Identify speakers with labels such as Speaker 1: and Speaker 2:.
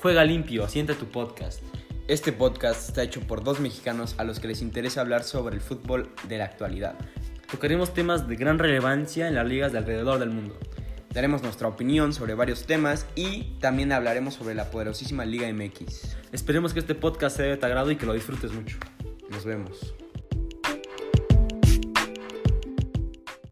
Speaker 1: Juega limpio, sienta tu podcast.
Speaker 2: Este podcast está hecho por dos mexicanos a los que les interesa hablar sobre el fútbol de la actualidad.
Speaker 1: Tocaremos temas de gran relevancia en las ligas de alrededor del mundo.
Speaker 2: Daremos nuestra opinión sobre varios temas y también hablaremos sobre la poderosísima Liga MX.
Speaker 1: Esperemos que este podcast sea de tu agrado y que lo disfrutes mucho.
Speaker 2: Nos vemos.